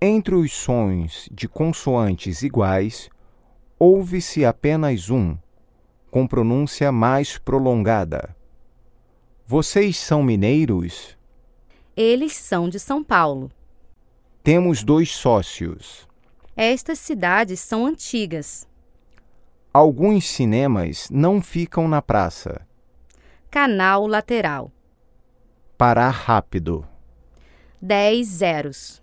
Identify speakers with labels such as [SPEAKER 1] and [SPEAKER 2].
[SPEAKER 1] Entre os sons de consoantes iguais, ouve-se apenas um, com pronúncia mais prolongada. Vocês são mineiros?
[SPEAKER 2] Eles são de São Paulo.
[SPEAKER 1] Temos dois sócios.
[SPEAKER 2] Estas cidades são antigas.
[SPEAKER 1] Alguns cinemas não ficam na praça.
[SPEAKER 2] Canal lateral.
[SPEAKER 1] Parar rápido.
[SPEAKER 2] 10 zeros.